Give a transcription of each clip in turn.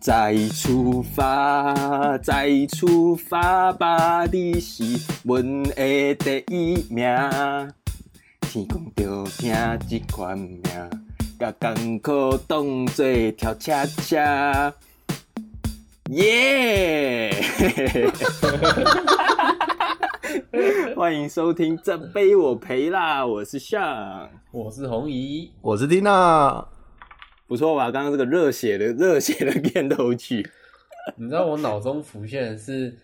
再出发，再出发吧！你是阮的第一名。天公着听这款命，甲艰苦当作跳恰恰。耶！ 欢迎收听《这杯我陪啦》，我是向，我是红姨，我是缇娜，不错吧？刚刚这个热血的热血的片头曲，你知道我脑中浮现的是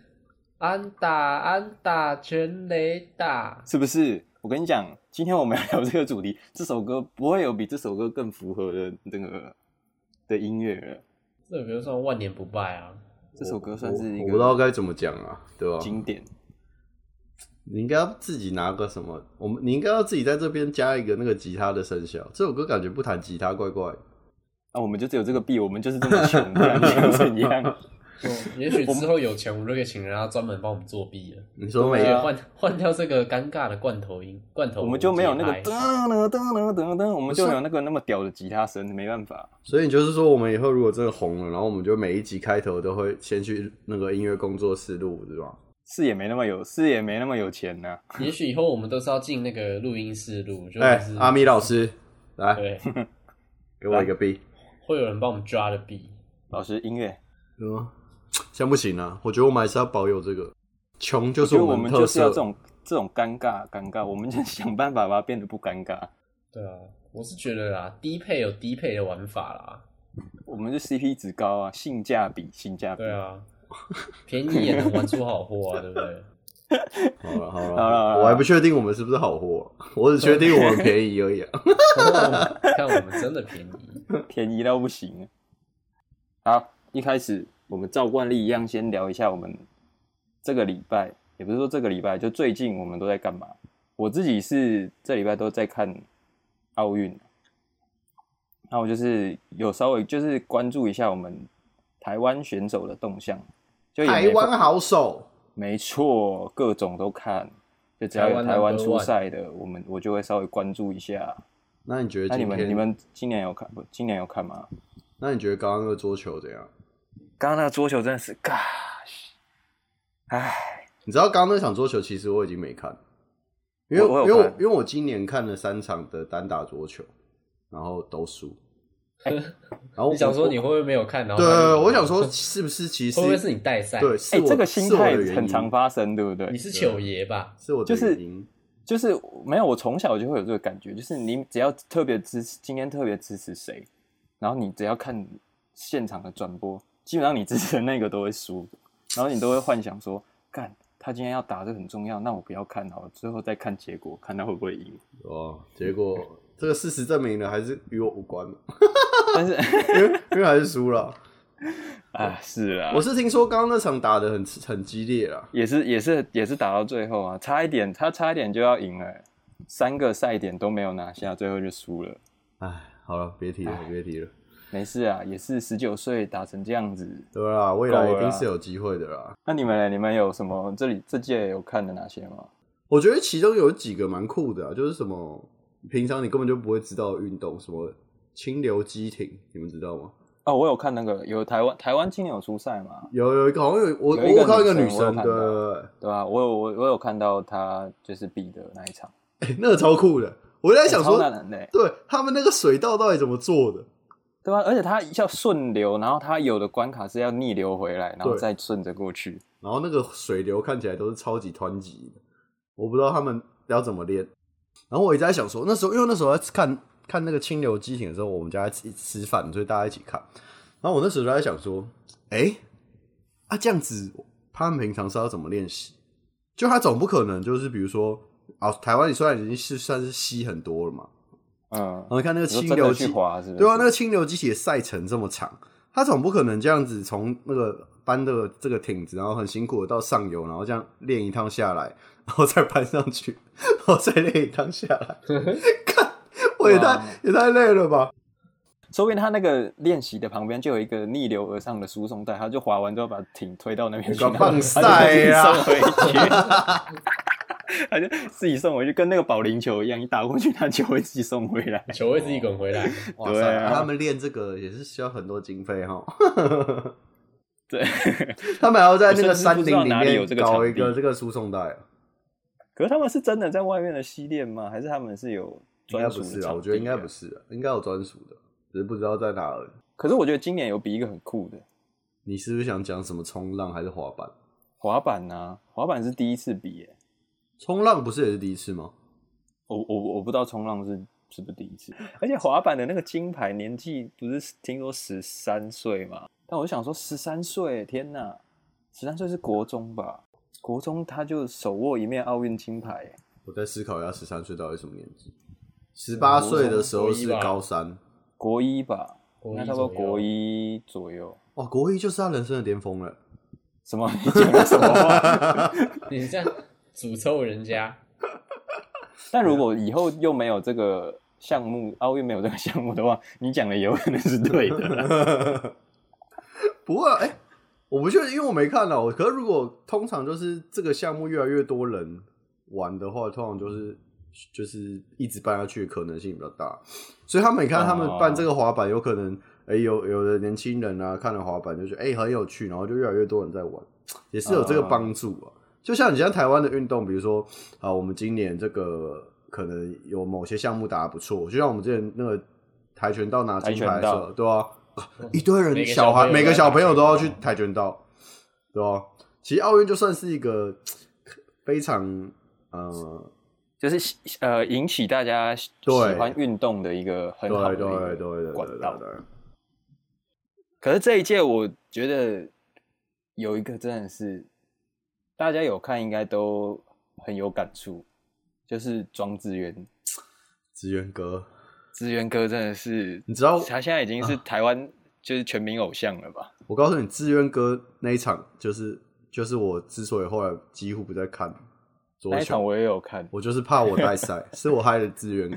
安打安打全雷打，是不是？我跟你讲，今天我们要聊这个主题，这首歌不会有比这首歌更符合的那个的音乐了。这首歌算万年不败 啊！这首歌算是一我不知道个该怎么讲啊，对吧？经典。你应该要自己拿个什么，我们你应该要自己在这边加一个那个吉他的声效。这首歌感觉不弹吉他怪怪的，啊，我们就只有这个币，我们就是这么穷，不然想怎 样？就也许之后有钱，我们就可以请人家专门帮我们作弊了。你说没对有？啊换换掉这个尴尬的罐头音，罐头我们就没有那个节拍噔噔噔噔噔，我们就没有那个那么屌的吉他声，没办法。所以你就是说，我们以后如果真的红了，然后我们就每一集开头都会先去那个音乐工作室录，对吧？是也没那么有，是也没那么有钱呐、也许以后我们都是要进那个录音室录，啊就哎、是阿咪老师，来对，给我一个 B，会有人帮我们抓的币。老师，音乐，对吗？像不行啊，我觉得我们还是要保有这个，穷就我是觉得我我们们的就特是要色。这种这种尴尬尴尬，我们就想办法把它变得不尴尬。对啊，我是觉得啦，低配有低配的玩法啦。我们就 CP 值高啊，性价比，性价比。对啊，便宜也能玩出好货啊，对不对？好了好 了好了好了我还不确定我们是不是好货，我只确定我们便宜而已、 啊。哦 看我们真的便 宜。便宜到不行啊。好，一开始我们照惯例一样，先聊一下我们这个礼拜，也不是说这个礼拜，就最近我们都在干嘛。我自己是这礼拜都在看奥运，啊那我就是有稍微就是关注一下我们台湾选手的动向，就也没台湾好手，没错，各种都看，就只要台有湾台湾 number 出 one 赛的，我们我就会稍微关注一下。那你觉得那今你天？们你们今年有看不？今年有看吗？那你觉得刚刚那个桌球怎样？刚刚那个桌球真的是，嘎，唉，你知道刚刚那场桌球其实我已经没看，因为我我有因为我看因为我今年看了三场的单打桌球，然后 都输。然后你想说你我会不会没有看？然后对，他就我想说是不是其实 会不会是你带赛？对，是哎、我这个心是我态的原因很常发生，对不对你？是球爷吧？是我的就是原因。就是没有，我从小就会有这个感觉，就是你只要特别支持，今天特别支持谁，然后你只要看现场的转播，基本上你支持的那个都会输，然后你都会幻想说，干，他今天要打这很重要，那我不要看好了，最后再看结果，看他会不会赢。哦，结果这个事实证明了，还是与我无关，但是， 因为因为还是输了。啊，是啦，我是听说刚刚那场打的很很激烈啦，也是也是也是打到最后啊，差一点，他差一点就要赢了欸，三个赛点都没有拿下，最后就输了。哎，好了，别提了，别提了。没事啊，也是十九岁打成这样子。对啦，未够来一了定啦是有机会的啦。那你们呢？你们有什么？这里这届有看的哪些吗？我觉得其中有几个蛮酷的、啊，就是什么平常你根本就不会知道的运动，什么清流机艇，你们知道吗？哦，我有看那个，有台湾台湾今年有出赛嘛？有有一个好像有我有一个我看到一个女女生我有生看到的，对吧、我有我我有看到他就是比的那一场，哎、那个超酷的，我在哎想欸超说，难难的欸、对他们那个水道到底怎么做的？对吧、啊而且他要顺流，然后他有的关卡是要逆流回来，然后对再顺着过去。然后那个水流看起来都是超级湍急的，我不知道他们要怎么练。然后我一直在想说，那时候因为那时候在看看那个清流机艇的时候，我们家在吃吃饭，所以大家一起看。然后我那时候就在想说，哎、啊这样子，他们平常是要怎么练习？就他总不可能就是比如说啊，台湾你虽然已经是算是溪很多了嘛，嗯然，后你看那个你说哦清真的流去机，滑是不是？对啊，那个清流机体的赛程这么长，他总不可能这样子从那个搬的这个艇子，然后很辛苦的到上游，然后这样练一趟下来，然后再搬上去，然后再练一趟下 来。看，我也哇太也太累了吧？说不定他那个练习的旁边就有一个逆流而上的输送带，他就划完之后把艇推到那边去，搞然后棒他就赛啊自己收回去。 他就自己送回去，跟那个保龄球一样，你打过去，他球会自己送回来。球会自己滚回来。哇对塞，啊他们练这个也是需要很多经费哈。 对， 他们还要在那我甚个山至不知林道里哪里有这面个场地搞一个这个输送带，啊可是他们是真的在外面的西练吗？还是他们是有应该专属不的是场啊，地我觉得应该不。是啊，应该有专属的，只是不知道在哪而已。可是我觉得今年有比一个很酷的你是不是想讲什么冲浪还是滑板？滑板啊，滑板是第一次比耶、冲浪不是也是第一次吗？我我我不知道冲浪是是不是第一次，而且滑板的那个金牌年纪不是听说十三岁嘛？但我想说十三岁，天哪，十三岁是国中吧？国中他就手握一面奥运金牌耶，我在思考一下，十三岁到底什么年纪？十八岁的时候是高三，国一吧，国一应该差不多左右国一左右。哇，国一就是他人生的巅峰了。什 么？你讲的什么话？ 你这样诅咒人家，但如果以后又没有这个项目，奥运没有这个项目的话，你讲的也有可能是对的 啦。不过，哎、我不确定，因为我没看到。可是如果通常就是这个项目越来越多人玩的话，通常就是就是一直办下去的可能性比较大。所以他们你看，他们办这个滑板，有可能哎、有有的年轻人啊，看了滑板就觉得哎、很有趣，然后就越来越多人在玩，也是有这个帮助啊。就像你像台湾的运动，比如说啊，我们今年这个可能有某些项目打得不错，就像我们之前那个跆拳道拿金跆牌的时拳候，对啊，啊一堆每人个小小朋孩友每都个在小朋友都要打去拳跆拳道，对吧、其实奥运就算是一个非常呃，就是呃，引起大家喜对欢运动的一个很对好的对一个对对对管对道。对，可是这一届，我觉得有一个真的是大家有看，应该都很有感触，就是庄智渊。志源哥，智渊哥真的是，你知道啊他现在已经是台湾就是全民偶像了吧？我告诉你，志源哥那一场就是就是我之所以后来几乎不再看桌那一场球，我也有看，我就是怕我带赛， 是我害了志源哥。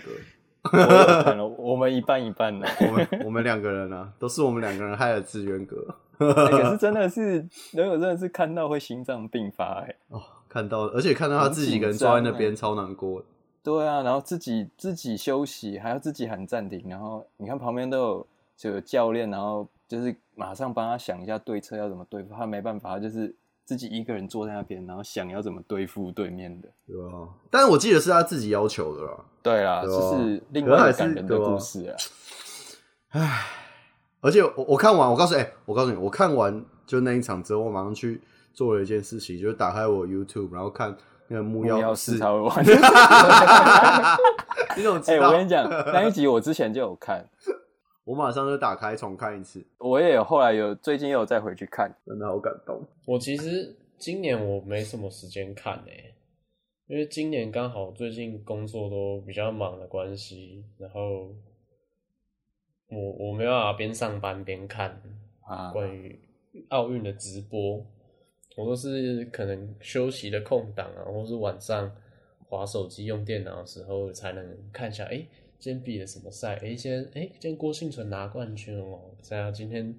我也有看了，我们一半一半 欸的。我们我们两个人啊，都是我们两个人害了志源哥。可是真的是，人有真的是看到会心脏病发哎、哦，看到了，而且看到他自己一个人坐在那边，很紧超难过的。对啊，然后自己自己休息，还要自己喊暂停，然后你看旁边都有就有教练，然后就是马上帮他想一下对策要怎么对付，他没办法，他就是自己一个人坐在那边，然后想要怎么对付对面的。对啊，但是我记得是他自己要求的啦。对啦，对这、啊是另可外一还个是感人的对啊故事 啊。而且我我看完，我告诉哎、我告诉你，我看完就那一场之后，我马上去做了一件事情，就是打开我 YouTube，然后看那个木不曜要四是，超玩。 你怎么哎、知道？我跟你讲，那一集我之前就有看，我马上就打开重看一次，我也有后来有最近又有再回去看。真的好感动。我其实今年我没什么时间看诶、因为今年刚好最近工作都比较忙的关系，然后我我没办法边上班边看啊关于奥运的直播，我都是可能休息的空档啊，或是晚上划手机用电脑的时候才能看一下，诶，今天比了什么赛？诶，今天诶，今天郭幸存拿冠军哦，然后今天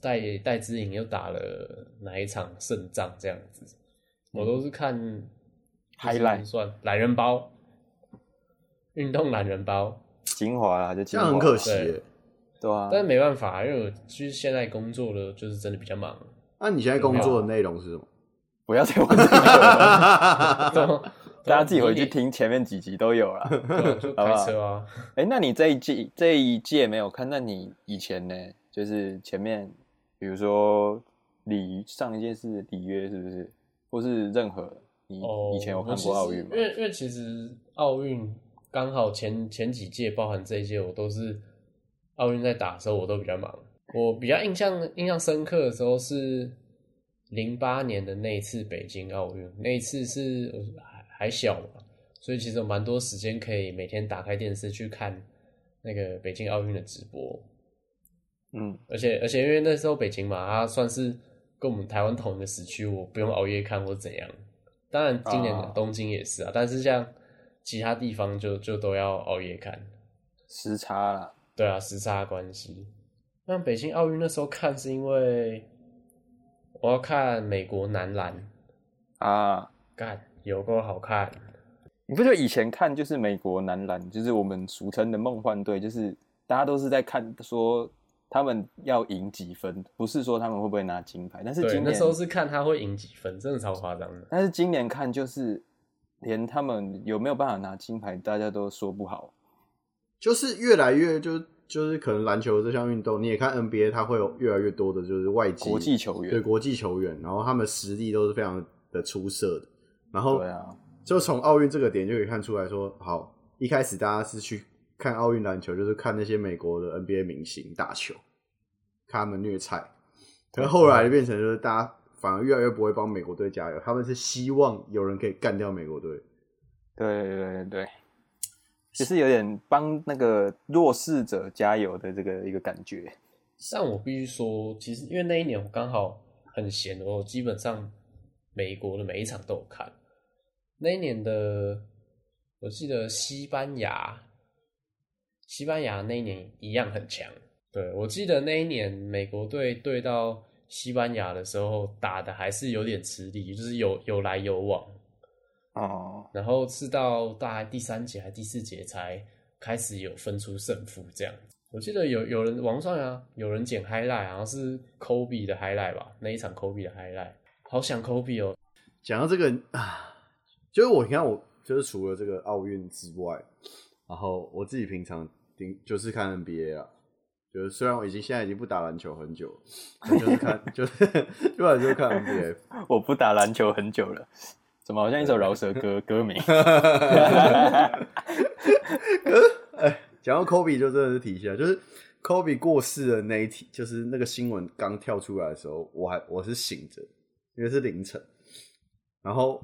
戴戴资颖又打了哪一场胜仗这样子，我都是看就是嗯 Highlight 算懒人包，运动懒人包。精华啦，就这精华样很可惜、对欸。对啊，但是没办法，因为我就是现在工作了，就是真的比较忙，那、你现在工作的内容是什么？ 不要再问这个了，对啊大家自己回去。听前面几集都有啦。 好不对啊就开好车啊，哎、那你这一季这一届没有看？那你以前呢？就是前面，比如说里上一届是里约，是不是？或是任何你哦，嗯以前有我看其过奥实运吗因？为因为其实奥运刚好前前几届，包含这一届，我都是奥运在打的时候，我都比较忙。我比较印象印象深刻的时候是零八年的那一次北京奥运，那一次是我还还小嘛，所以其实有蛮多时间可以每天打开电视去看那个北京奥运的直播。嗯，而且而且因为那时候北京嘛，它算是跟我们台湾同一个时区，我不用熬夜看或怎样。当然，今年的啊东京也是啊，但是像其他地方就就都要熬夜看，时差啦，对啊，时差关系。那北京奥运那时候看是因为我要看美国男篮，啊，干有够好看。你不觉得以前看就是美国男篮，就是我们俗称的梦幻队，就是大家都是在看说他们要赢几分，不是说他们会不会拿金牌。但是对，今那年时，候是看他会赢几分，真的超夸张的。但是今年看就是连他们有没有办法拿金牌，大家都说不好。就是越来越就就是可能篮球这项运动，你也看 NBA，它会有越来越多的就是外籍国际球对员，国际球员，然后他们实力都是非常的出色的。然后对啊，就从奥运这个点就可以看出来说，好，一开始大家是去看奥运篮球，就是看那些美国的 NBA 明星打球，看他们虐菜。可是后来变成就是大家反而越来越不会帮美国队加油，他们是希望有人可以干掉美国队。对对对对，就是有点帮那个弱势者加油的这个一个感觉。但我必须说，其实因为那一年我刚好很闲，我基本上美国的每一场都有看。那一年的，我记得西班牙，西班牙那一年一样很强。对我记得那一年美国队对到西班牙的时候，打的还是有点吃力，就是有有来有往。哦，然后是到大概第三节还第四节才开始有分出胜负这样子。我记得有有人网上啊，有人剪 highlight，好像是 Kobe 的 highlight 吧，那一场 Kobe 的 highlight，好想 Kobe 哦。讲到这个啊，就是我你看我就是除了这个奥运之外，然后我自己平常顶就是看 NBA 啊，就是虽然我已经现在已经不打篮球很久了，但就是看 就是基本上就是看 NBA。我不打篮球很久了，怎么好像一首饶舌歌歌 名？讲到 Kobe 就真的是提一下，就是 Kobe 过世的那一天，就是那个新闻刚跳出来的时候，我还我是醒着，因为是凌晨。然后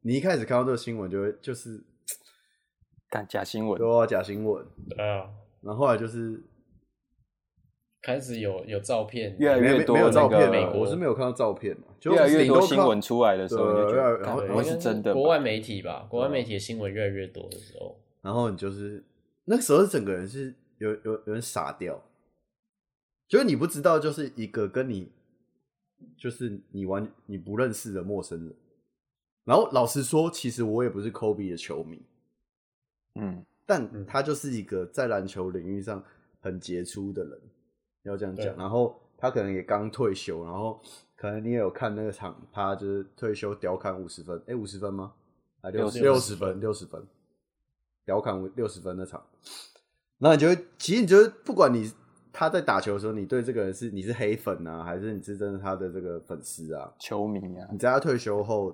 你一开始看到这个新闻，就会就是看假新闻，都要假新闻，对啊，然后后来就是开始有有照片，越来没越没多没有照片那啊，个我是没有看到照片嘛，就越来越顶多看新闻出来的时候，你就觉对得，然后干然不后会是真的吧嗯国外媒体吧，国外媒体的新闻越来越多的时候，然后你就是那个时候整个人是有有有点傻掉，就是你不知道，就是一个跟你就是你完你不认识的陌生人。然后老实说，其实我也不是 Kobe 的球迷，嗯，但他就是一个在篮球领域上很杰出的人，要这样讲。对然后他可能也刚退休，然后可能你也有看那个场，他就是退休屌砍五十分，哎、五十分吗？啊，六60六十分，六十分，屌砍六十分那场。然后你就会，其实你就是不管你他在打球的时候，你对这个人是你是黑粉啊，还是你是真的他的这个粉丝啊？球迷啊，你在他退休后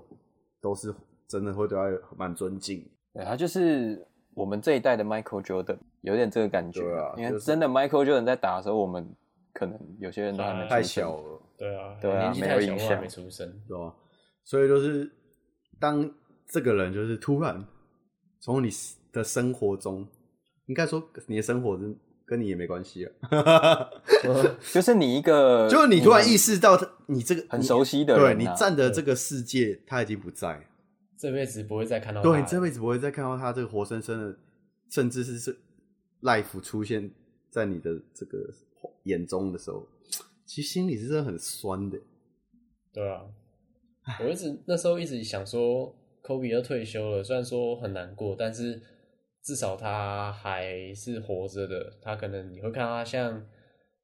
都是真的会对他有蛮尊敬的对，他就是我们这一代的 Michael Jordan，有点这个感觉，对啊因就为是真的 Michael Jordan 在打的时候，我们可能有些人都还没啊太出生小了。对啊，对啊年纪没太有小，影我还响没出生，对吧？所以就是当这个人就是突然从你的生活中，应该说你的生活是跟你也没关系了， 就是你一个， 就是你突然意识识到他，你这个嗯很你熟悉的对人、啊，你站的这个世界，他已经不在了，这辈子不会再看到他啊对了。你这辈子不会再看到他这个活生生的，甚至是是 life 出现在你的这个眼中的时候，其实心里是真的很酸的。对啊，我一直那时候一直想说，科比要退休了，虽然说很难过，但是至少他还是活着的。他可能你会看到他像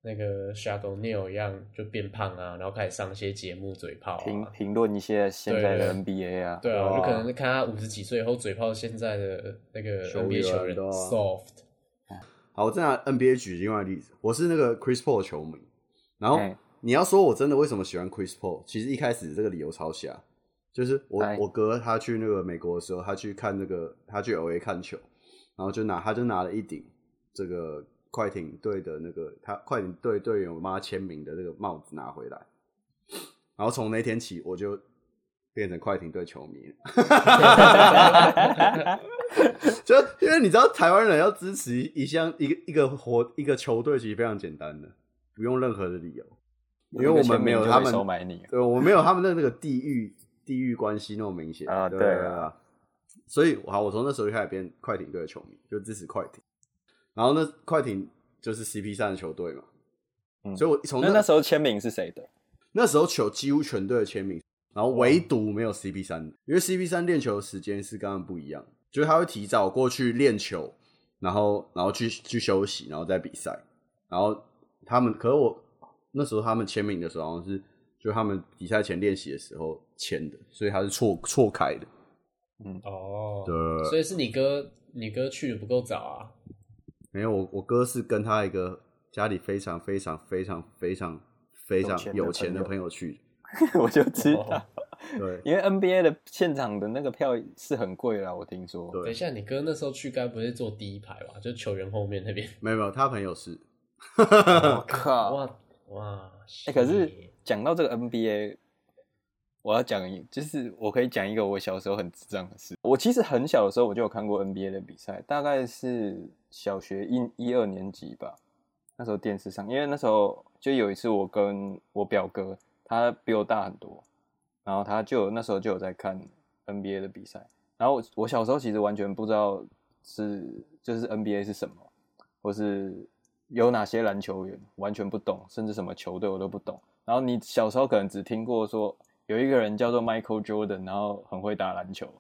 那个 Shadow Neil 一样，就变胖啊，然后开始上一些节目嘴炮评啊，评论一些现在的对 NBA 啊，对啊，哇就可能看他五十几岁以后嘴炮现在的那个球 NBA 员球员对啊 soft，好，我再拿 NBA 举另外的例子，我是那个 Chris Paul 的球迷，然后哎你要说我真的为什么喜欢 Chris Paul，其实一开始这个理由超瞎，就是我哎我哥他去那个美国的时候，他去看那个他去 LA 看球，然后就拿他就拿了一顶这个快艇队的那个他快艇队队员帮他签名的这个帽子拿回来，然后从那天起我就变成快艇队球迷了。就因为你知道台湾人要支持一项一个一个活一个球队，其实非常简单的，不用任何的理由， 因为我们没有他 有一个签名就可以收们，买你，对，我们没有他们的那个地域地域关系那么明显啊对对啊啊。所以好，我从那时候就开始变快艇队的球迷，就支持快艇。然后呢，快艇就是 CP 三的球队嘛，嗯所以我从那那时候签名是谁的？ 那时候球几乎全队的签名然后唯独没有 CP 三，因为 CP 三练球的时间是刚刚不一样，就是他会提早过去练球，然后然后去去休息，然后再比赛。然后他们，可是我那时候他们签名的时候，好像是就他们比赛前练习的时候签的，所以他是错错开的。哦，对所以是你哥，你哥去的不够早啊。没有，我我哥是跟他一个家里非常非常非常非常非常有有钱钱的的朋朋友去我就知哦道，的，对因为 NBA 的现场的那个票是很贵啦，我听说。等一对，下，你哥那时候去该不是坐第一排吧？就球员后面那边。没有没有，他朋友是， 我靠！哇哇！哎、可是谢讲到这个 NBA，我要讲一，就是我可以讲一个我小时候很智障的事。我其实很小的时候我就有看过 NBA 的比赛，大概是小学一一二年级吧。那时候电视上，因为那时候就有一次我跟我表哥，他比我大很多，然后他就有那时候就有在看 NBA 的比赛。然后我我小时候其实完全不知道是就是 NBA 是什么，或是有哪些篮球员，完全不懂，甚至什么球队我都不懂。然后你小时候可能只听过说有一个人叫做 Michael Jordan，然后很会打篮球，啊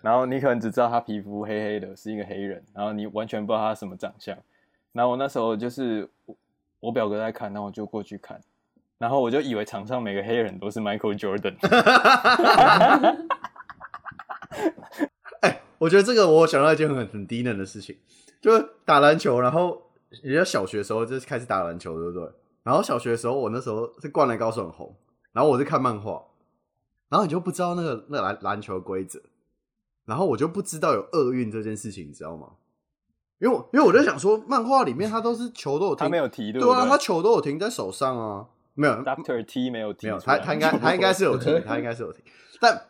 然后你可能只知道他皮肤黑黑的，是一个黑人，然后你完全不知道他什么长相。然后我那时候就是我我表哥在看，然后我就过去看，然后我就以为场上每个黑人都是 Michael Jordan， 哎我觉得这个我想到一件很很低能的事情，就是打篮球，然后人家小学的时候就是开始打篮球，对不对？然后小学的时候，我那时候是《灌篮高手》很红，然后我是看漫画，然后你就不知道那个那个篮篮球规则，然后我就不知道有厄运这件事情，你知道吗？因为我因为我在想说，漫画里面他都是球都有停，他没有提对不对啊，他球都有停在手上啊，没有 Doctor T 没有提没出来，有，他他应该 他应该是有停，他应该是有停，但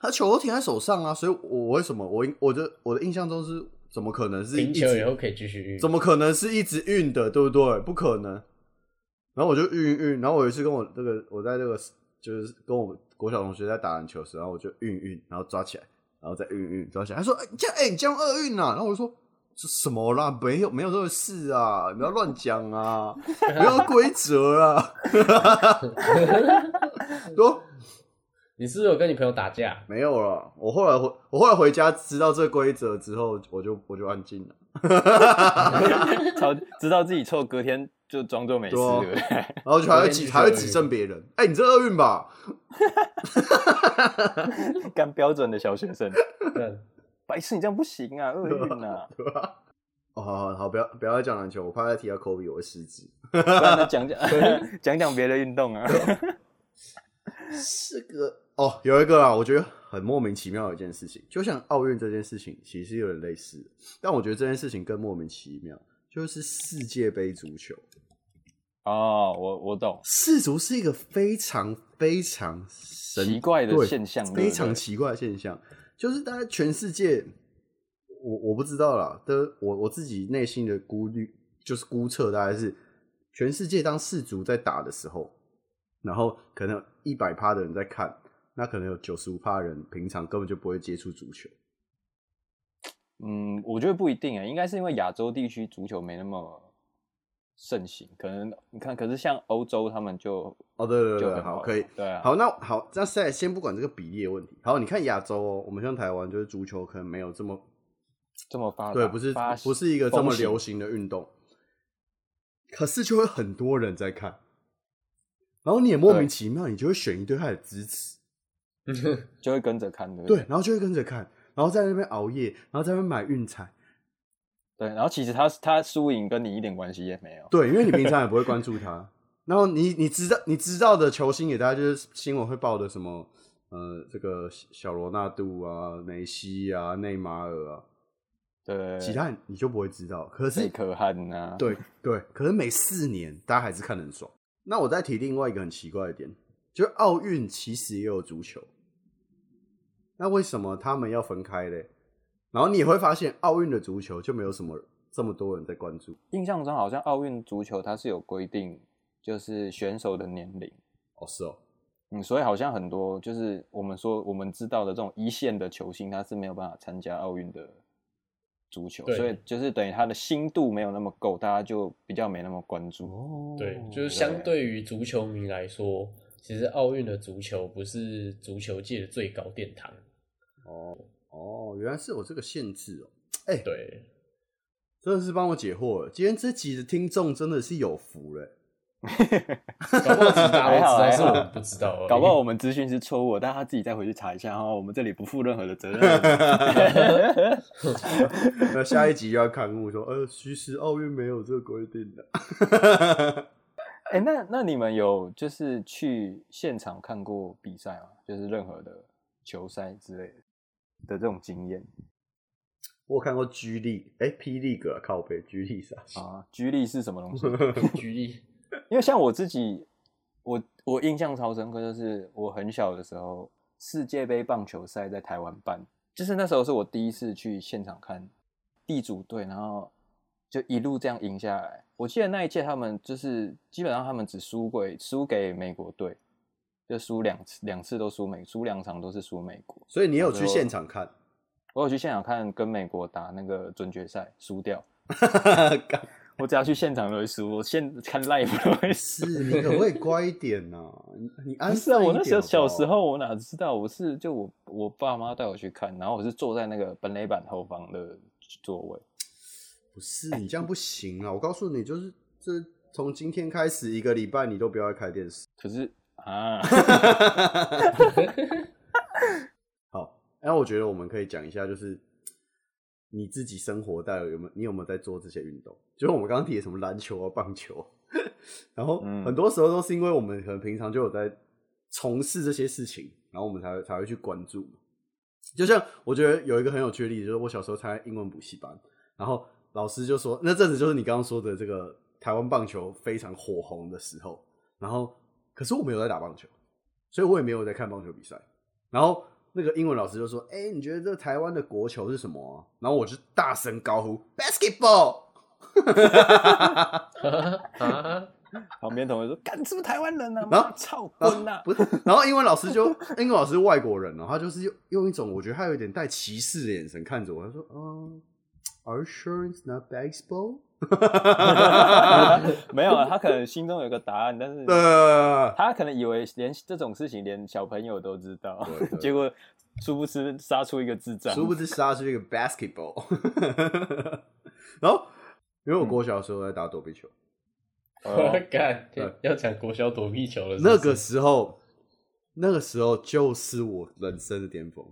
他球都停在手上啊，所以我我为什么我应我的我的印象中是怎么可能是一停球以直后可以继续运，怎么可能是一直运的，对不对？不可能。然后我就运运运，然后我有一次跟我这个我在这个就是跟我国小同学在打篮球时，然后我就运运，然后抓起来，然后再运运抓起来。他说：“哎、你这样哎、你这样厄运啊！”然后我就说：“这什么啦？没有没有这回事啊！你不要乱讲啊，没有规则啊。” 说你是不是有跟你朋友打架？没有了。我后来回我后来回家知道这规则之后，我就我就安静了。 超知道自己错，隔天就装作没事，对啊对不对？然后就还会昨天指去还会学指而已正别人，哎、你这厄运吧？ 干标准的小学生，对 白痴，你这样不行啊，厄运 啊！对吧？哦，好好好，不要不要再讲篮球，我怕再提到科比，我会失职。不然呢， 讲讲 讲讲别的运动啊。 这个哦，有一个啊，我觉得很莫名其妙的一件事情，就像奥运这件事情，其实有点类似的，但我觉得这件事情更莫名其妙，就是世界杯足球。哦，我我懂，世足是一个非常非常神奇怪的对现象对不非对常奇怪的现象，就是大家全世界，我我不知道啦，但我我自己内心的估虑就是估测，大概是全世界当世足在打的时候，然后可能一百趴的人在看，那可能有九十五趴的人平常根本就不会接触足球，嗯，我觉得不一定啊，应该是因为亚洲地区足球没那么盛行，可能你看，可是像欧洲他们就哦，对对就对对，很好，玩可以。对啊，好，那好，那现在先不管这个比例的问题。好，你看亚洲哦，我们像台湾，就是足球可能没有这么这么发达，对，不是发不是一个这么风行流行的运动，可是就会很多人在看，然后你也莫名其妙，你就会选一堆他的支持，就会跟着看，对不对，然后就会跟着看，然后在那边熬夜，然后在那边买运彩，对，然后其实他他输赢跟你一点关系也没有，对，因为你平常也不会关注他，然后你你知道你知道的球星也大概就是新闻会报的什么呃这个小罗纳度啊、梅西啊、内马尔啊，对，其他你就不会知道，可是贝克汉啊呐，对对，可能每四年大家还是看得很爽。那我再提另外一个很奇怪的点，就是奥运其实也有足球，那为什么他们要分开嘞？然后你也会发现，奥运的足球就没有什么这么多人在关注印象中好像奥运足球它是有规定，就是选手的年龄，哦，是哦，嗯，所以好像很多就是我们说我们知道的这种一线的球星，他是没有办法参加奥运的足球，对所以就是等于他的心度没有那么够，大家就比较没那么关注。哦对，就是相对于足球迷来说，其实奥运的足球不是足球界的最高殿堂，哦哦，原来是有这个限制哦，哎、对，真的是帮我解惑了。今天这集的听众真的是有福了、搞不好只是大 家还都好知道，是还我好们不知道而已。搞不好我们资讯是错误的，但他自己再回去查一下哈。我们这里不负任何的责任。那下一集又要看我说，呃，其实奥运没有这个规定的。 哎、那那你们有就是去现场看过比赛吗？就是任何的球赛之类的的这种经验我有看过 G 力，哎、霹雳哥靠背 G 力啥？啊？举例是什么东西？ 举例， 因为像我自己，我我印象超深刻，就是我很小的时候，世界杯棒球赛在台湾办，就是那时候是我第一次去现场看地主队，然后就一路这样赢下来。我记得那一届他们就是基本上他们只输给输给美国队，就输两次，两次都输美，输两场都是输美国。所以你有去现场 看？我有去现场看跟美国打那个准决赛，输掉。干我只要去现场都会输，我现看 live 都会输。是你可不可以乖一点呢、你你安不是啊，分一我点那时候好不好小时候，我哪知道？我是就我我爸妈带我去看，然后我是坐在那个本垒板后方的座位。不是你这样不行啊！我告诉你，就是这从今天开始一个礼拜，你都不要再开电视。可是 啊，好，那哎我觉得我们可以讲一下，就是你自己生活带有没有你有没有在做这些运动？就是我们刚刚提的什么篮球啊、棒球， 然后嗯很多时候都是因为我们可能平常就有在从事这些事情，然后我们才会才会去关注。就像我觉得有一个很有趣的例子，就是我小时候参加英文补习班，然后老师就说，那阵子就是你刚刚说的这个台湾棒球非常火红的时候，然后可是我没有在打棒球，所以我也没有在看棒球比赛。然后那个英文老师就说：“哎、你觉得这台湾的国球是什么啊、然后我就大声高呼：“Basketball！” 啊，旁边同学说：“干，是不是台湾人啊？然后妈操，啊然滚后呐不是，然后英文老师就英文老师是外国人哦，他就是用用一种我觉得他有点带歧视的眼神看着我，他说：“嗯、a r e you sure it's not basketball？” 没有啊，他可能心中有个答案， 但是呃，他可能以为连这种事情连小朋友都知道 对，对结果殊不知杀出一个智障。殊不知杀是一个 basketball。然后因为我国小的时候在打躲避球， 哦干对要讲国小躲避球了是不是，那个时候，那个时候就是我人生的巅峰，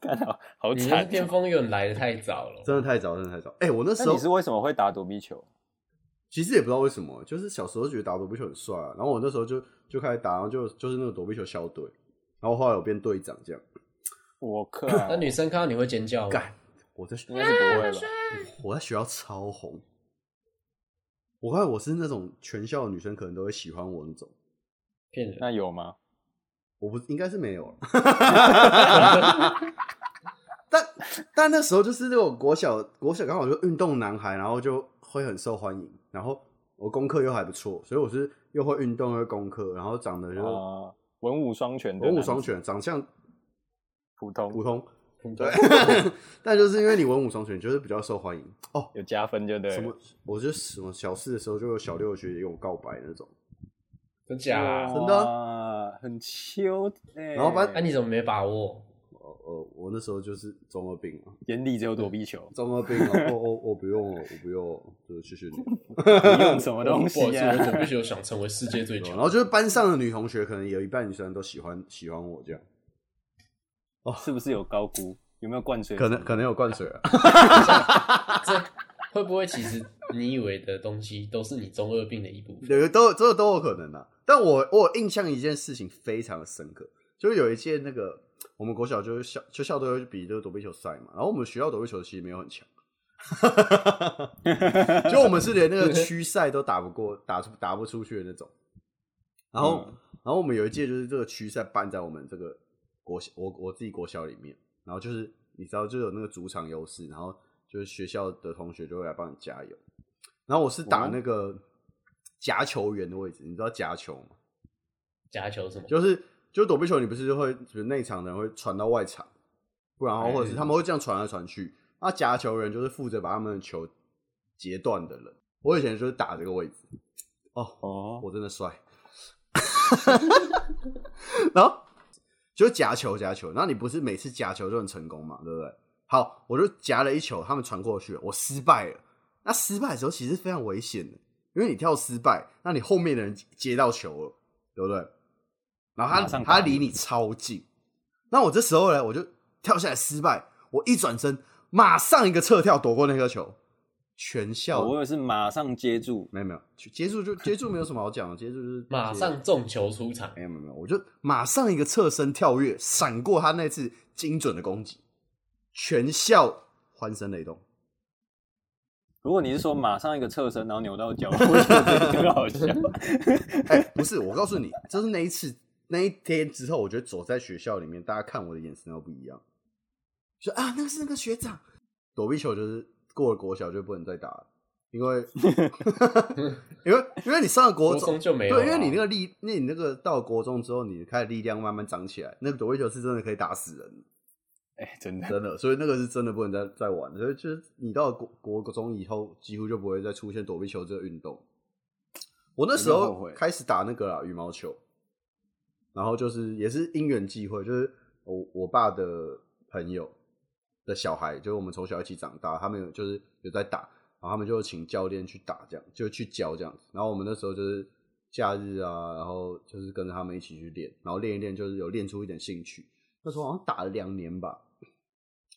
干好好你那惨。巅峰有点来的太早了，真的太早，真的太早。哎、我那时那候你是为什么会打躲避球？其实也不知道为什么，就是小时候觉得打躲避球很帅、啊，然后我那时候就就开始打，然后就就是那个躲避球校队，然后后来我变队长，这样。我 靠，那女生看到你会尖叫吗？干，我在应该是不 会吧？我在学校超红，我看我是那种全校的女生可能都会喜欢我那种，骗人， 那有吗？我不应该是没有了。 但但那时候就是那种国小国小刚好就运动男孩，然后就会很受欢迎，然后我功课又还不错，所以我是又会运动又会功课，然后长得就啊，文武双全的文武男双子，全，长相普通普通，对，但就是因为你文武双全，就是比较受欢迎哦。有加分就对了。什么？我就什么小四的时候就有小六的学姐跟我告白那种， 真假啊？真的啊，很秋哎。然后把那啊你怎么没把握？呃呃，我那时候就是中二病啊，眼里只有躲避 ，球中二病啊，我我我不用了，我不用了，就是谢谢你。你用什么我东西不好意思啊？我躲避球想成为世界 最然强，后就是班上的女同学，可能有一半女生都喜欢喜欢我这样，是不是有高估？有没有灌水？可能可能有灌水啊，这会不会其实你以为的东西都是你中二病的一部分？有都这都有可能啊。但我我有印象一件事情非常的深刻，就是有一届那个我们国小就是校就校队会比这个躲避球赛嘛，然后我们学校躲避球其实没有 很强，就我们是连那个区赛都打不过，打出打不出去的那种。然后、嗯然后我们有一届就是这个区赛办在我们这个国小，我我自己国小里面，然后就是你知道就有那个主场优势，然后就是学校的同学就会来帮你加油。然后我是打哦那个夹球员的位置，你知道夹球吗？夹球什么？就是就是躲避球，你不是就会就是内场的人会传到外场，不然的话哎或者是他们会这样传来传去。那夹球人就是负责把他们的球截断的人。我以前就是打这个位置，哦，哦，我真的帅， 然后就夹球夹球，然后你不是每次夹球就很成功嘛，对不对？好，我就夹了一球，他们传过去了，我失败了。那失败的时候其实非常危险的，因为你跳失败，那你后面的人接到球了，对不对？然后马他上他打离你超近，那我这时候呢，我就跳下来失败，我一转身马上一个侧跳躲过那颗球，全校我也是马上接住，没有没有接住就接住没有什么好讲的，接住就是马上中球出场，没有没有没有，我就马上一个侧身跳跃闪过他那次精准的攻击，全校欢声雷动。如果你是说马上一个侧身，然后扭到脚， 我觉得 这个更好笑。哎、不是，我告诉你，就是那一次那一天之后，我觉得走在学校里面，大家看我的眼神都不一样，就说啊，那个是那个学长，躲避球就是过了国小就不能再打了，因为 因为因为你上了国国中中就没有啊，对，因为你那个力，那你那个到国中之后，你开始力量慢慢长起来，那个躲避球是真的可以打死人，哎、真的，真的，所以那个是真的不能再再玩了。所以就是你到国国中以后，几乎就不会再出现躲避球这个运动。我那时有点后候悔开始打那个啦羽毛球，然后就是也是因缘际会，就是我我爸的朋友的小孩，就是我们从小一起长大，他们有就是有在打，然后他们就请教练去打，这样就去教这样子。然后我们那时候就是假日啊，然后就是跟着他们一起去练，然后练一练，就是有练出一点兴趣。那时候好像打了两年吧，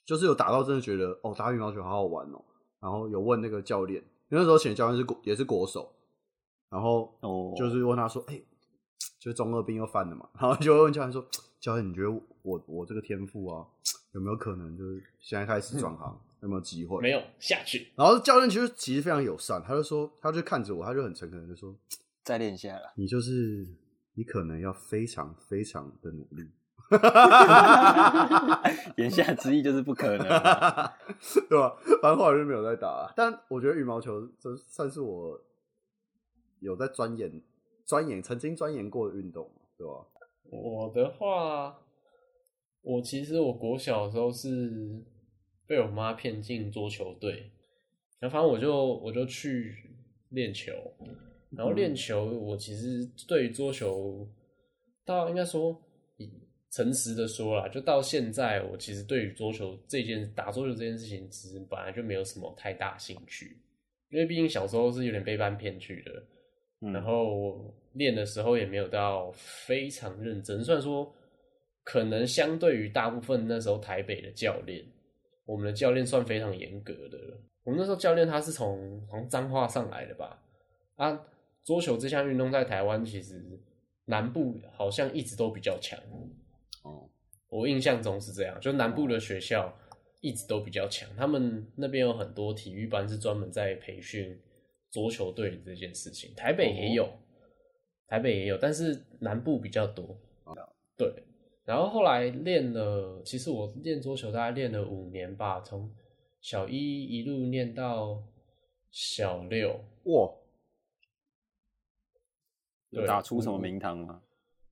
就是有打到真的觉得哦，打羽毛球好好玩哦。然后有问那个教练，因为那时候请的教练是国也是国手，然后哦就是问他说，哎、就是中二病又犯了嘛，然后就会问教练说，教练你觉得我我这个天赋啊，有没有可能就是现在开始转行，有没有机嗯会？没有下去，然后教练其实其实非常友善，他就说，他就看着我，他就很诚恳的就说，再练一下啦。你就是你可能要非常非常的努力。 言下之意就是不可能啊啦。对吧？反正后来就没有再打、啊。但我觉得羽毛球这算是我有在钻研、钻研曾经钻研过的运动，对吧？我的话，我其实我国小的时候是被我妈骗进桌球队，然后反正我就我就去练球，然后练球，我其实对于桌球，到应该说，以诚实的说啦，就到现在，我其实对于桌球这件打桌球这件事情，其实本来就没有什么太大兴趣，因为毕竟小时候是有点被班骗去的，嗯然后练的时候也没有到非常认真，虽然说可能相对于大部分那时候台北的教练，我们的教练算非常严格的了。我们那时候教练他是从好像彰化上来的吧？啊，桌球这项运动在台湾其实南部好像一直都比较强，哦，我印象中是这样，就南部的学校一直都比较强，他们那边有很多体育班是专门在培训桌球队这件事情，台北也有，台北也有，但是南部比较多。对，然后后来练了，其实我练桌球大概练了五年吧，从小一一路练到小六，哇，有打出什么名堂吗？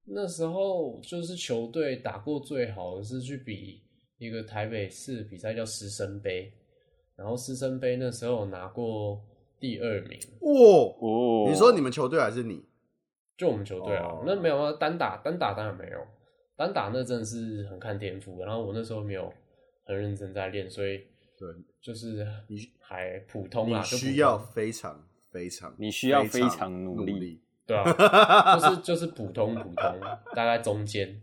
那时候就是球队打过最好的是去比一个台北市比赛叫师生杯，然后师生杯那时候有拿过第二名，哇！哦，你说你们球队还是你？就我们球队啊，哦那没有啊，单打单打当然没有，单打那真的是很看天赋，然后我那时候没有很认真在练，所以对，就是你还普通你啊，就普需通要非常非常，你需要非非常常努力力。对啊，就是就是普通普通，大概中间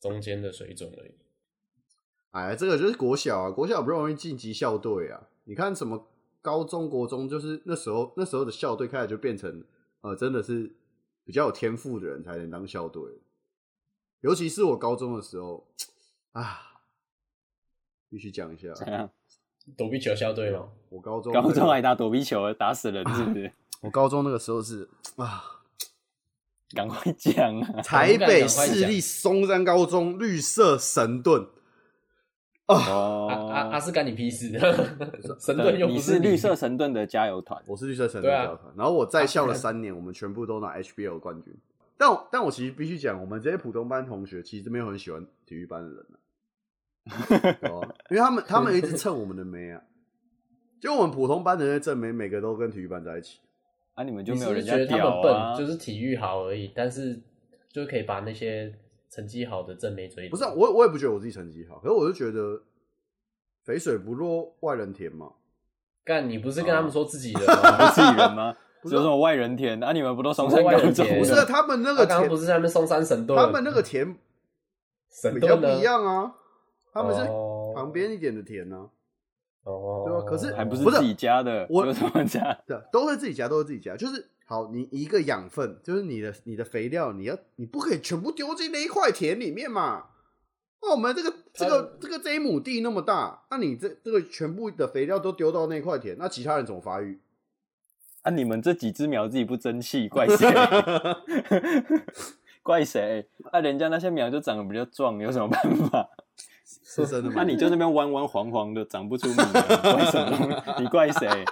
中间的水准而已。哎，这个就是国小啊，国小不容易晋级校队啊。你看什么高中、国中，就是那时候那时候的校队开始就变成呃，真的是比较有天赋的人才能当校队。尤其是我高中的时候啊，必须讲一下，怎哦样躲避球校队吗？我高中高中还打躲避球，打死人是不是？ 我高中那个时候是啊，赶快讲啊！台北赶市快讲立松山高中绿色神盾，哦啊啊啊！是干你 屁事！对神盾又你不是你绿色，神盾的加油团，我是绿色神对盾啊教团，然后我在校了三年，我们全部都拿 HBO 冠军。但我但我其实必须讲，我们这些普通班同学其实没有很喜欢体育班的人、 啊对啊因为他们他们一直蹭我们的妹啊，就我们普通班的那些正妹，每个都跟体育班在一起。啊，你们就你没是有不人是家觉得他屌们啊笨，就？是体育好而已，但是就可以把那些成绩好的正妹追走。不是、啊、我，我也不觉得我自己成绩好，可是我就觉得肥水不落外人田嘛。干，你不是跟他哦们说自己人吗？ 自己人 吗？有什么外人田啊？你们不都松山高外人中田不是、的啊、他们那他个刚刚田不，是在那边松山神盾，他们那个田神比较盾不呢一，样啊，他们是哦旁边一点的田啊呢、哦，对啊可是还不是不是自己家的？我有什么家？对啊，都是自己家，都是自己家，就是好，你一个养分，就是你的你的肥料，你要你不可以全部丢进那一块田里面嘛。哦那我们这个这个这个这一亩地那么大，那你这这个全部的肥料都丢到那块田，那其他人怎么发育？啊，你们这几只苗自己不争气，怪谁？ 怪谁？啊，人家那些苗就长得比较壮，有什么办法？ 是真的那、吗？你就那边弯弯黄黄的，长不出米来， 你怪什么？你怪谁？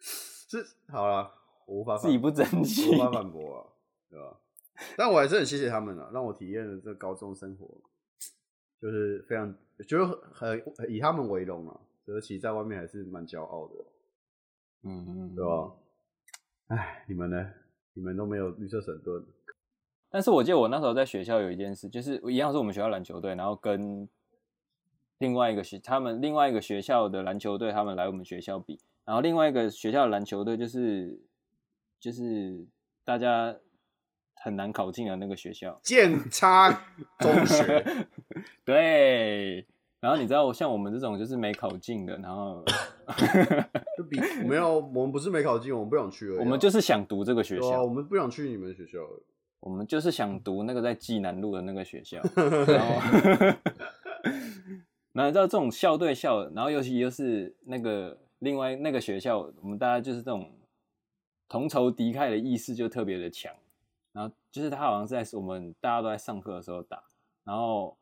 是好了，我无法自己反不争气我无，法反驳啊，对吧？但我还是很谢谢他们啊，让我体验了这高中生活，就是非常就是很很以他们为荣啊，所以其实在外面还是蛮骄傲的。嗯，对啊吧？哎，你们呢？你们都没有绿色神盾，但是我记得我那时候在学校有一件事，就是一样是我们学校篮球队，然后跟另外一个学他们另外一个学校的篮球队，他们来我们学校比，然后另外一个学校的篮球队就是就是大家很难考进的那个学校，剑差中学，对。然后你知道，像我们这种就是没考进的，然后就比没有，我们不是没考进，我们不想去而已啊、我们就是想读这个学对啊，校我，们不想去你们学校而已。我们就是想读那个在济南路的那个学校，然后，然后你知道这种校对校，然后尤其又是那个另外那个学校，我们大家就是这种同仇敌忾的意识就特别的强。然后就是他好像是在我们大家都在上课的时候打，然后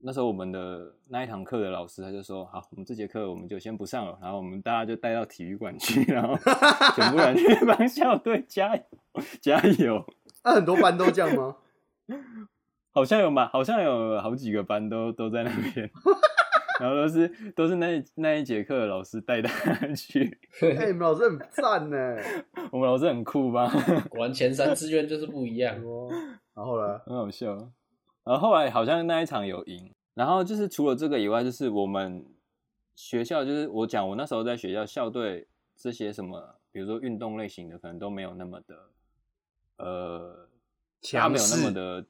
那时候我们的那一堂课的老师他就说：“好，我们这节课我们就先不上了，然后我们大家就带到体育馆去，然后全部人去 帮校队加油加油。”那、很多班都这样吗？ 好像有嘛，好像有好几个班都都在那边，然后都是都是那那一节课的老师带大家去，哎、你们老师很 赞呢。我们老师很酷吧，果然前三志愿就是不一 样。然后呢？很好笑。然后后来好像那一场有赢，然后就是除了这个以外，就是我们学校就是我讲我那时候在学校校队这些什么，比如说运动类型的，可能都没有那么的呃他强没有那势么的，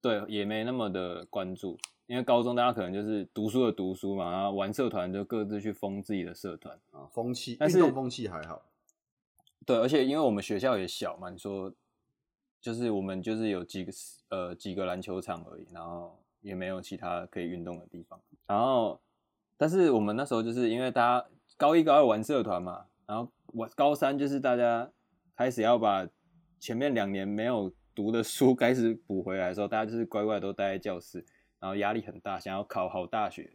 对，也没那么的关注，因为高中大家可能就是读书的读书嘛，然后玩社团就各自去封自己的社团。哦啊，风气但运是动风气还好，对，而且因为我们学校也小嘛，你说就是我们就是有几个呃几个篮球场而已，然后也没有其他可以运动的地方。然后，但是我们那时候就是因为大家高一高二玩社团嘛，然后我高三就是大家开始要把前面两年没有读的书 开始补回来的时候，大家就是乖乖都待在教室，然后压力很大，想要考好大学。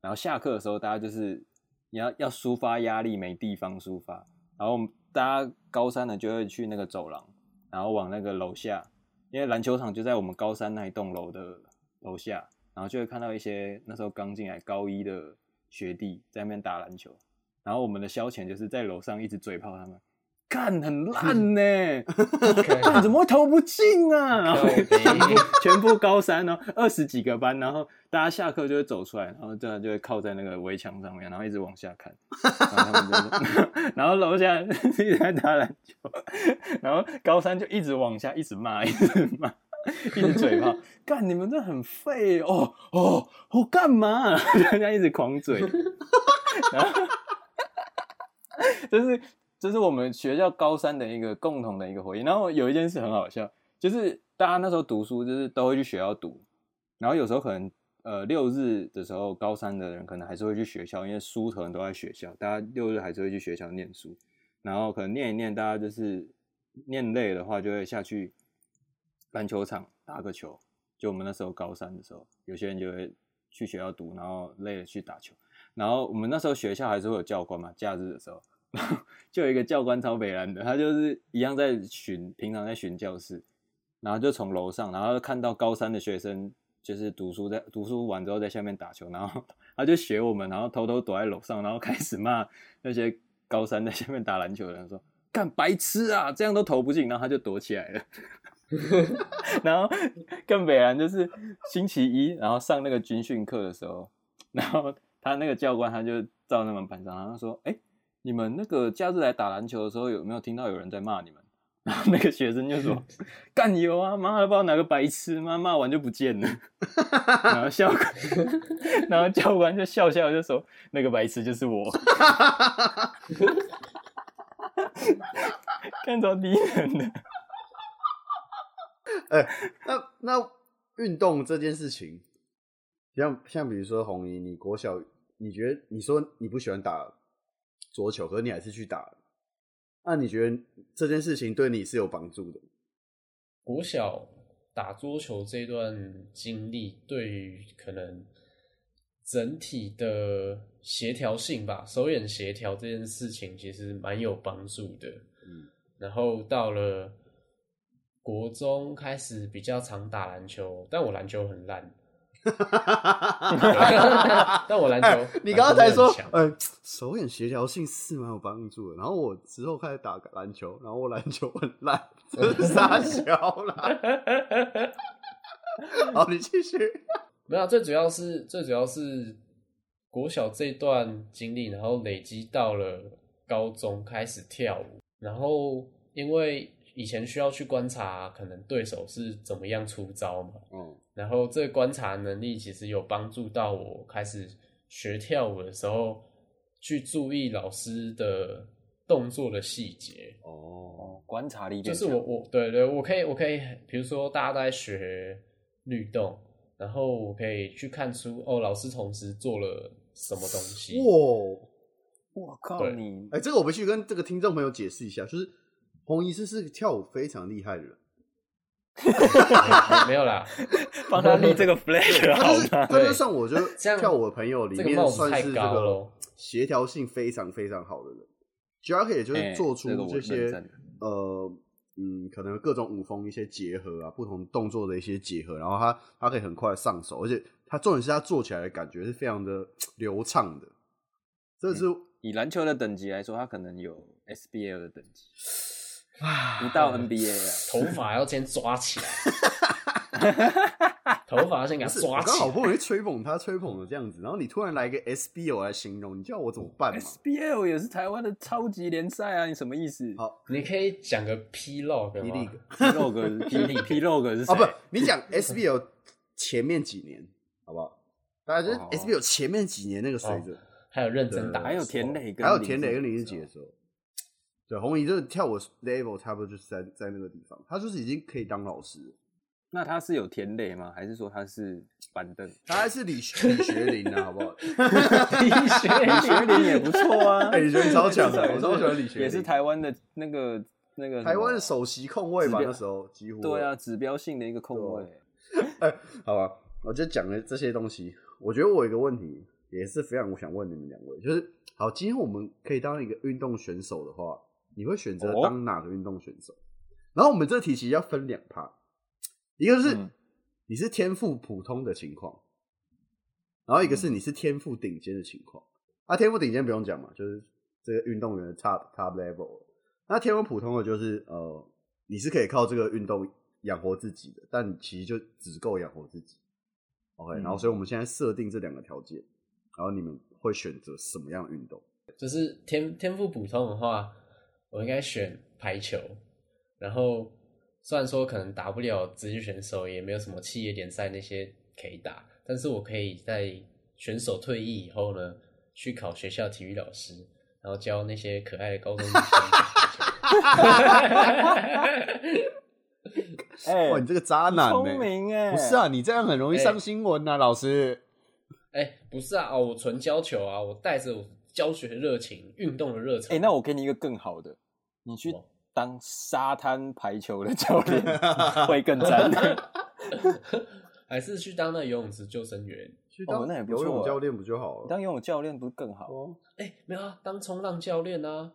然后下课的时候，大家就是你要要抒发压力，没地方抒发。然后我们大家高三的就会去那个走廊，然后往那个楼下，因为篮球场就在我们高三那一栋楼的楼下，然后就会看到一些那时候刚进来高一的学弟在那边打篮球，然后我们的消遣就是在楼上一直嘴炮他们，干很烂呢、 干怎么会投不进啊？然后全部全部高三哦，二十几个班，然后大家下课就会走出来，然后这样就会靠在那个围墙上面，然后一直往下看，然后他们就 然后楼下一直在打篮球，然后高三就一直往下，一直骂，一直骂。一直嘴炮，干你们这很废哦哦，我、干嘛、啊？ 人家一直狂嘴，然后就是这是我们学校高三的一个共同的一个回忆。然后有一件事很好笑，就是大家那时候读书就是都会去学校读，然后有时候可能呃六日的时候，高三的人可能还是会去学校，因为书可能都在学校，大家六日还是会去学校念书。然后可能念一念，大家就是念累的话，就会下去篮球场打个球。就我们那时候高三的时候，有些人就会去学校读，然后累了去打球。然后我们那时候学校还是会有教官嘛，假日的时候， 然后就有一个教官超北蓝的，他就是一样在巡，平常在巡教室，然后就从楼上，然后就看到高三的学生就是读书在读书完之后在下面打球，然后 他就学我们，然后偷偷躲在楼上，然后开始骂那些高三在下面打篮球的人说：“干白痴啊，这样都投不进。”然后他就躲起来了。然后更北然就是星期一，然后上那个军训课的时候，然后他那个教官他就到他们班上，然后说：“哎，你们那个假日来打篮球的时候，有没有听到有人在骂你们？”然 后那个学生就说：“干有啊，妈的，不知道哪个白痴，妈骂完就不见了。”然后教官， 然后教官就笑笑就说：“那个白痴就是我。”看着低能的，那那运动这件事情，像像比如说红衣，你国小你觉得你说你不喜欢打桌球，可是你还是去打了，那你觉得这件事情对你是有帮助的？国小打桌球这段经历，对于可能整体的协调性吧，手眼协调这件事情，其实蛮有帮助的。嗯，然后到了国中开始比较常打篮球，但我篮球很 烂，但我篮球 哎你刚才篮球真的说很强，呃，手眼协调性是蛮有帮助的。然后我之后开始打篮球，然后我篮球很烂，这是傻小 啦。好，你继续。没有啊，最主要是最主要是国小这段经历，然后累积到了高中开始跳舞，然后因为以前需要去观察可能对手是怎么样出招嘛，嗯，然后这个观察能力其实有帮助到我开始学跳舞的时候，去注意老师的动作的细节。哦，哦，观察力就变是强我我对对，我可以我可以，比如说大家都在学律动，然后我可以去看出哦，老师同时做了什么东西。哇，我靠对你哎、这个我必须跟这个听众朋友解释一下，就是红医师是个跳舞非常厉害的人，没没有 啦，帮他立这个 flag 他好就是吗？他就是算我觉得 这样跳舞的朋友里这个帽面子算是这太高个咯协调性非常非常好的人。Jack 也就是哎做出这个我这些、认真呃嗯，可能各种舞风一些结合啊，不同动作的一些结合，然后他他可以很快上手，而且他重点是他做起来的感觉是非常的流畅的，这嗯是、以篮球的等级来说，他可能有 SBL 的等级，啊，不 到 NBA 头发要先抓起来， 头发要先给不它是，我抓刚起好来。不容易吹捧他吹捧的这样子，然后你突然来一个 SBO 来形容，你叫我怎么办啊。嘛？ SBL 也是台湾的超级联赛啊，你什么意思？好你可以讲个 P log 霹雳吗哥？ P-log 霹雳 P-log 是谁？啊，不，你讲 SBO 前面几年好不好？大家就是哦 SBO 前面几年那个水准，还有认真打，还有田，磊跟还有田磊跟林志志杰的时候，对红姨这个跳舞 level 差不多就是在在那个地方，他就是已经可以当老师了，那他是有田磊吗？还是说他是板凳？他 还是李学李学林啊，好不好？李学李学林也不错啊， 哎李学林超强的，我超喜欢李学林，也是台湾的那个那个什么台湾的首席控卫吧，指标那时候几乎哦对啊，指标性的一个控卫。好吧，我就讲了这些东西。我觉得我有一个问题也是非常我想问你们两位，就是好，今天我们可以当一个运动选手的话，你会选择哦当哪个运动选手？然后我们这题其实要分两趴，一个是、嗯你是天赋普通的情况，然后一个嗯是你是天赋顶尖的情况。啊，天赋顶尖不用讲嘛，就是这个运动员的 top top level。那天赋普通的就是呃，你是可以靠这个运动养活自己的，但你其实就只够养活自己。OK，、嗯然后所以我们现在设定这两个条件，然后你们会选择什么样的运动？就是天天赋普通的话，我应该选排球。然后虽然说可能打不了职业选手，也没有什么企业联赛那些可以打，但是我可以在选手退役以后呢，去考学校体育老师，然后教那些可爱的高中女生。哎哇，你这个渣男、欸，聪明哎，不是啊，，你这样很容易上新闻呐、老师。 哎、不是啊，哦，我纯教球啊，我带着我教学的热情、运动的热情。哎、那我给你一个更好的，你去哦当沙滩排球的教练会更赞。还是去当那游泳池救生员。去哦那也不错游泳啊教练不就好你了？当游泳教练不是更好？哦哎、没有啊，当冲浪教练啊。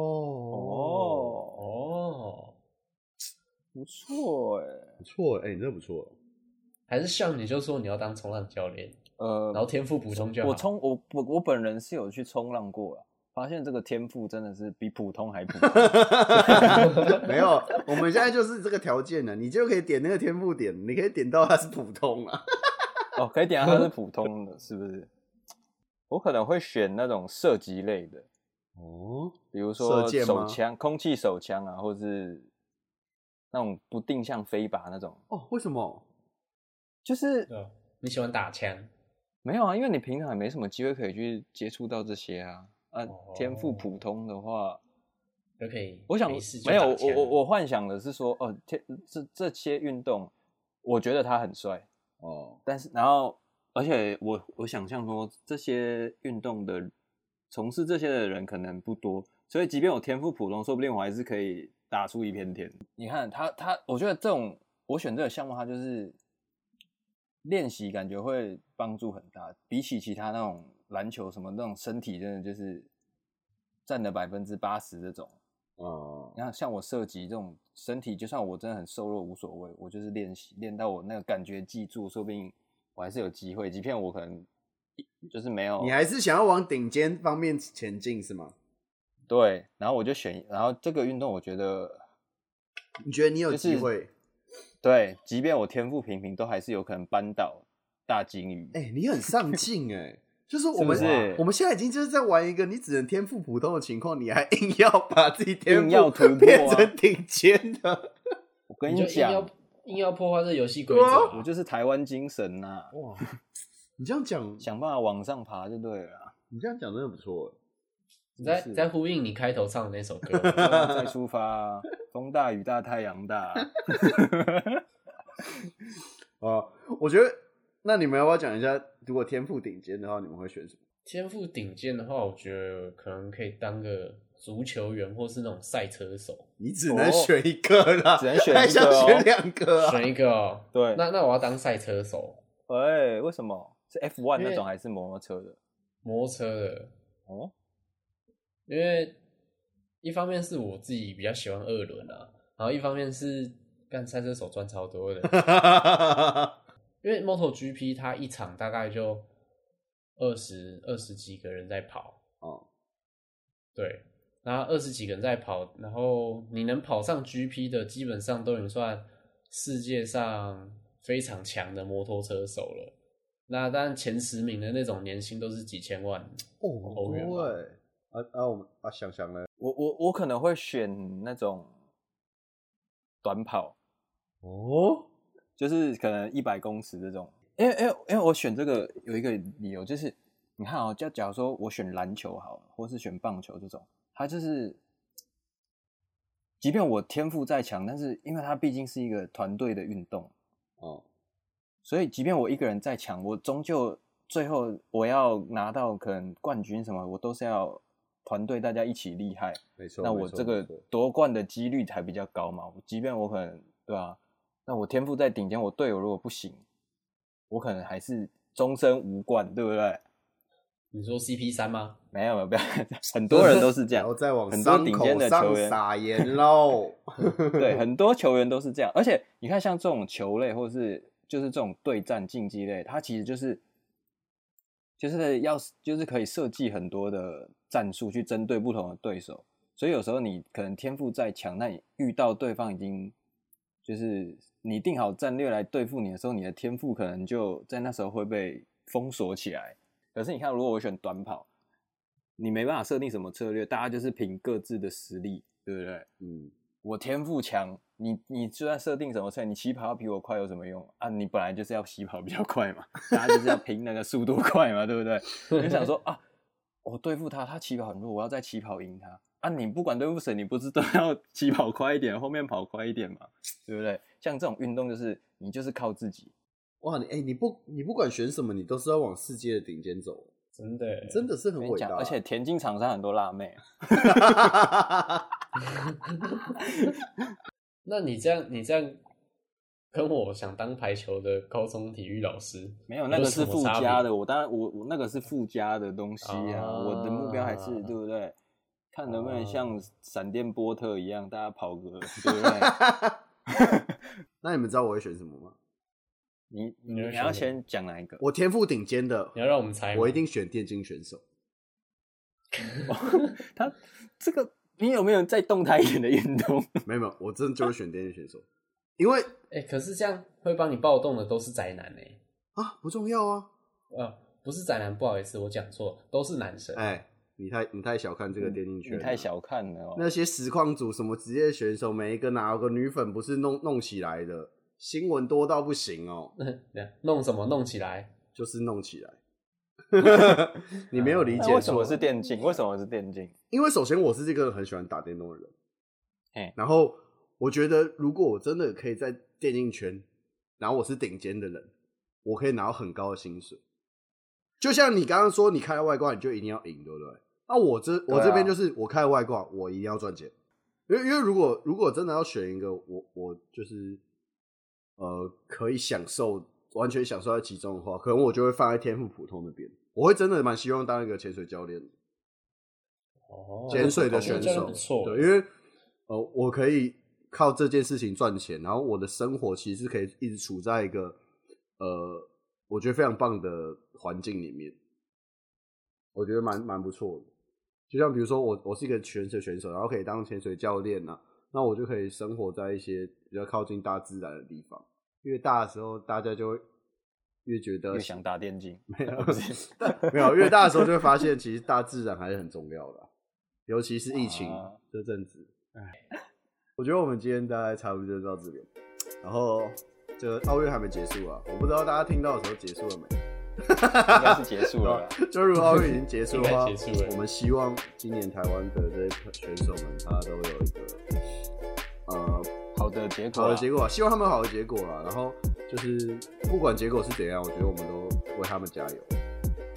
哦，哦，哦，不错哎、不错，哎、你这不错。 还是像你就说你要当冲浪教练，然呃，后天赋补充就好。我冲我我我本人是有去冲浪过了，发现这个天赋真的是比普通还普 通。没有，我们现在就是这个条件啊了，你就可以点那个天赋点，你可以点到它是普通啊。哦，可以点到它是普通的，是不是？ 我可能会选那种射击类的，哦，比如说射箭吗手枪、空气手枪啊，或是那种不定向飞靶那种。哦，为什么？就是对吧？你喜欢打枪，没有啊，因为你平常也没什么机会可以去接触到这些啊。啊，天赋哦普通的话，就可以我想没事就没有，打枪啊我我我幻想的是说，哦，天，这这些运动，我觉得他很帅，哦，但是然后，而且我我想象说这些运动的从事这些的人可能不多，所以即便我天赋普通，说不定我还是可以打出一片天。你看他他，我觉得这种我选这个项目，它就是练习感觉会帮助很大，比起其他那种篮球什么那种身体，真的就是占了百分之八十这种。哦，你看，像我射击这种身体，就算我真的很瘦弱无所谓，我就是练习练到我那个感觉记住，说不定我还是有机会。即便我可能一就是没有，你还是想要往顶尖方面前进是吗？对，然后我就选，然后这个运动我觉得你觉得你有机会？对，即便我天赋平平，都还是有可能扳倒大金鱼。哎、你很上进哎、 就是我们是不是我们现在已经就是在玩一个你只能天赋普通的情况，你还硬要把自己天硬赋要突破啊变成顶尖 的，我跟你就你硬讲要，硬要破坏这游戏规则啊，我就是台湾精神呐、哇！你这样讲，想办法往上爬就对了 啊。你这样讲真的不错欸你在是不是在呼应你开头唱的那首歌，对啊再出发啊，风大雨大太阳大啊，哎啊！我觉得，那你们要不要讲一下，如果天赋顶尖的话，你们会选什么？ 天赋顶尖的话，我觉得可能可以当个足球员或是那种赛车手，你只哦能选一个啦，只能选一个还想哦选两个啊？选一个、哦。对那那我要当赛车手，喂，为什么是 F 1因为那种还是摩托车的？摩托车的，哦，因为一方面是我自己比较喜欢二轮啊，然后一方面是干赛车手赚超多的， 因为 MotoGP 它一场大概就二十二十几个人在跑， 哦，对，然后二十几个人在跑，然后你能跑上 GP 的，基本上都已经算世界上非常强的摩托车手了。那当然前十名的那种年薪都是几千万，哦，对，啊啊，我们啊，想想呢，我我我可能会选那种短跑，哦，就是可能一百公尺这种。因为因为因为我选这个有一个理由，就是你看哦，就假如说我选篮球好了，或是选棒球这种，它就是，即便我天赋再强，但是因为它毕竟是一个团队的运动，哦，所以即便我一个人再强，我终究最后我要拿到可能冠军什么，我都是要团队大家一起厉害。没错，那没我错这个没错夺冠的几率才比较高嘛。我即便我可能对啊，那我天赋在顶尖，我队友如果不行，我可能还是终身无冠，对不对？你说 CP 三吗？没有没有， 不要很 多人都是这然样后，再往很多伤顶口尖的球上员撒盐 喽。对，很多球员都是这样。而且你看，像这种球类或是就是这种对战竞技类，它其实就是就是要就是可以设计很多的战术去针对不同的对手。所以有时候你可能天赋再强，那你遇到对方已经就是你定好战略来对付你的时候，你的天赋可能就在那时候会被封锁起来。可是你看，如果我选短跑，你没办法设定什么策略，大家就是凭各自的实力，对不对？嗯，我天赋强，你你就算设定什么菜，你起跑要比我快有什么用啊？你本来就是要起跑比较快嘛，大家就是 要拼那个速度快嘛，对不对？我就想说啊，我对付他，他起跑很弱，我要再起跑赢他啊！你不管对付谁，你不是都要 起跑快一点，后面跑快一点嘛，对不对？像这种运动就是你就是靠自己，哇，你哎、你不你不管选什么，你都是要往世界的顶尖走，真的耶，真的是很跟你伟讲，大。而且田径场上很多辣妹，啊那你这样，你这样跟我想当排球的高中体育老师，没有那个是有什么附差别加的，我当然我我那个是附加的东西啊，啊我的目标还哦是对不对？看能不能像闪电波特一样，大家跑个 对不对？ 那你们知道我会选什么吗？你你你会选要什么先讲哪一个？我天赋顶尖的你，要让我们猜吗，我一定选电竞选手。 他这个你有没有再动态一点的运动？ 没有没有，我真的就会选电竞选手，因为哎、可是这样会帮你暴动的都是宅男哎、啊不重要啊，啊，不是宅男，不好意思，我讲错，都是男生。 哎，你太你太小看这个电竞嗯圈你了，太小看了哦。那些实况组什么职业选手，每一个哪有个女粉不是弄弄起来的？新闻多到不行哦、等下弄什么弄起来？就是弄起来。 你没有理那解为什错么，是电竞？为什么是电竞？因为首先我是这个很喜欢打电动的人，嘿然后我觉得如果我真的可以在电竞圈，然后我是顶尖的人，我可以拿到很高的薪水。就像你刚刚说，你开了外挂你就一定要赢，对不对？那、我这我这边就是我开了外挂，我一定要赚钱，因为因为如果如果真的要选一个，我我就是呃可以享受完全享受在其中的话，可能我就会放在天赋普通那边。我会真的蛮希望当一个潜水教练的。哦潜水的这选样手，不错，对，因为呃，我可以靠这件事情赚钱，然后我的生活其实可以一直处在一个呃，我觉得非常棒的环境里面，我觉得蛮蛮不错的。就像比如说我我是一个潜水选手，然后可以当潜水教练啊，那我就可以生活在一些比较靠近大自然的地方。越大的时候，大家就会越觉得又想打电 竞？没有，没有，越大的时候就会发现，其实大自然还是很重要的啊、尤其是疫情啊这阵子。哎，我觉得我们今天大概差不多就到这边，然后这奥运还没结束啊，我不知道大家听到的时候结束了没。 应该是结束了啦。就如果奥运已经结束的话应该 结束了，我们希望今年台湾的这些选手们，他都有一个呃好的结果啦，好的结果啊，希望他们有好的结果啦。然后就是不管结果是怎样，我觉得我们都为他们加油，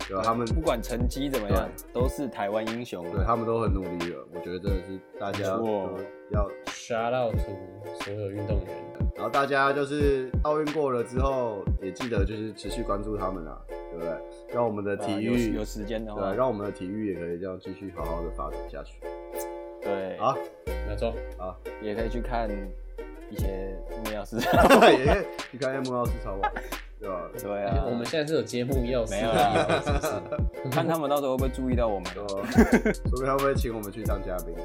对吧？他们啊不管成绩怎么样，都是台湾英雄。对他们都很努力了，我觉得真的是大家没错都要， shout out to 所有运动员，然后大家就是奥运过了之后，也记得就是持续关注他们啊，对不对？让我们的啊体有育、有时间的话对，，让我们的体育也可以这样继续好好的发展下去。对，好，没错，好，也可以去看一些木曜市场。 也可以去看 M 奥斯超网，对吧？对哎啊，我们现在是有节目要没有啊，啦是不是？看他们到时候会不会注意到我们 对。吧？说不定他会请我们去当嘉宾。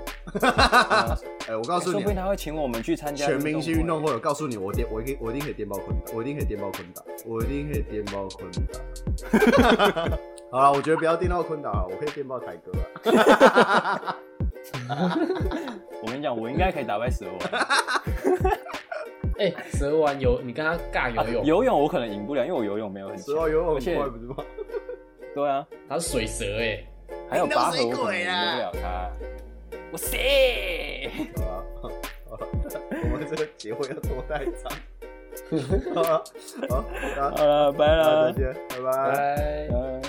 哎、我告诉说你不定，他会请我们去参加全明星运动会。会，我告诉你，我电我一定我一定可以电爆坤达，我一定可以电爆坤达，我一定可以电爆坤达。 好了，我觉得不要电到坤达了，我可以电爆台哥啊。我跟你讲，我应该可以打败蛇王。哎、蛇丸游，你跟他尬游泳，游泳我可能赢不了，因为我游泳没有很十强。二游泳而很且快不是吗？对啊，他是水蛇哎、还有拔河我可能你赢都是不鬼了他。我谁？好吧，好吧我们这个结尾要拖太长。 好吧，好，好了，拜大家了啊再，见，拜拜。拜。拜。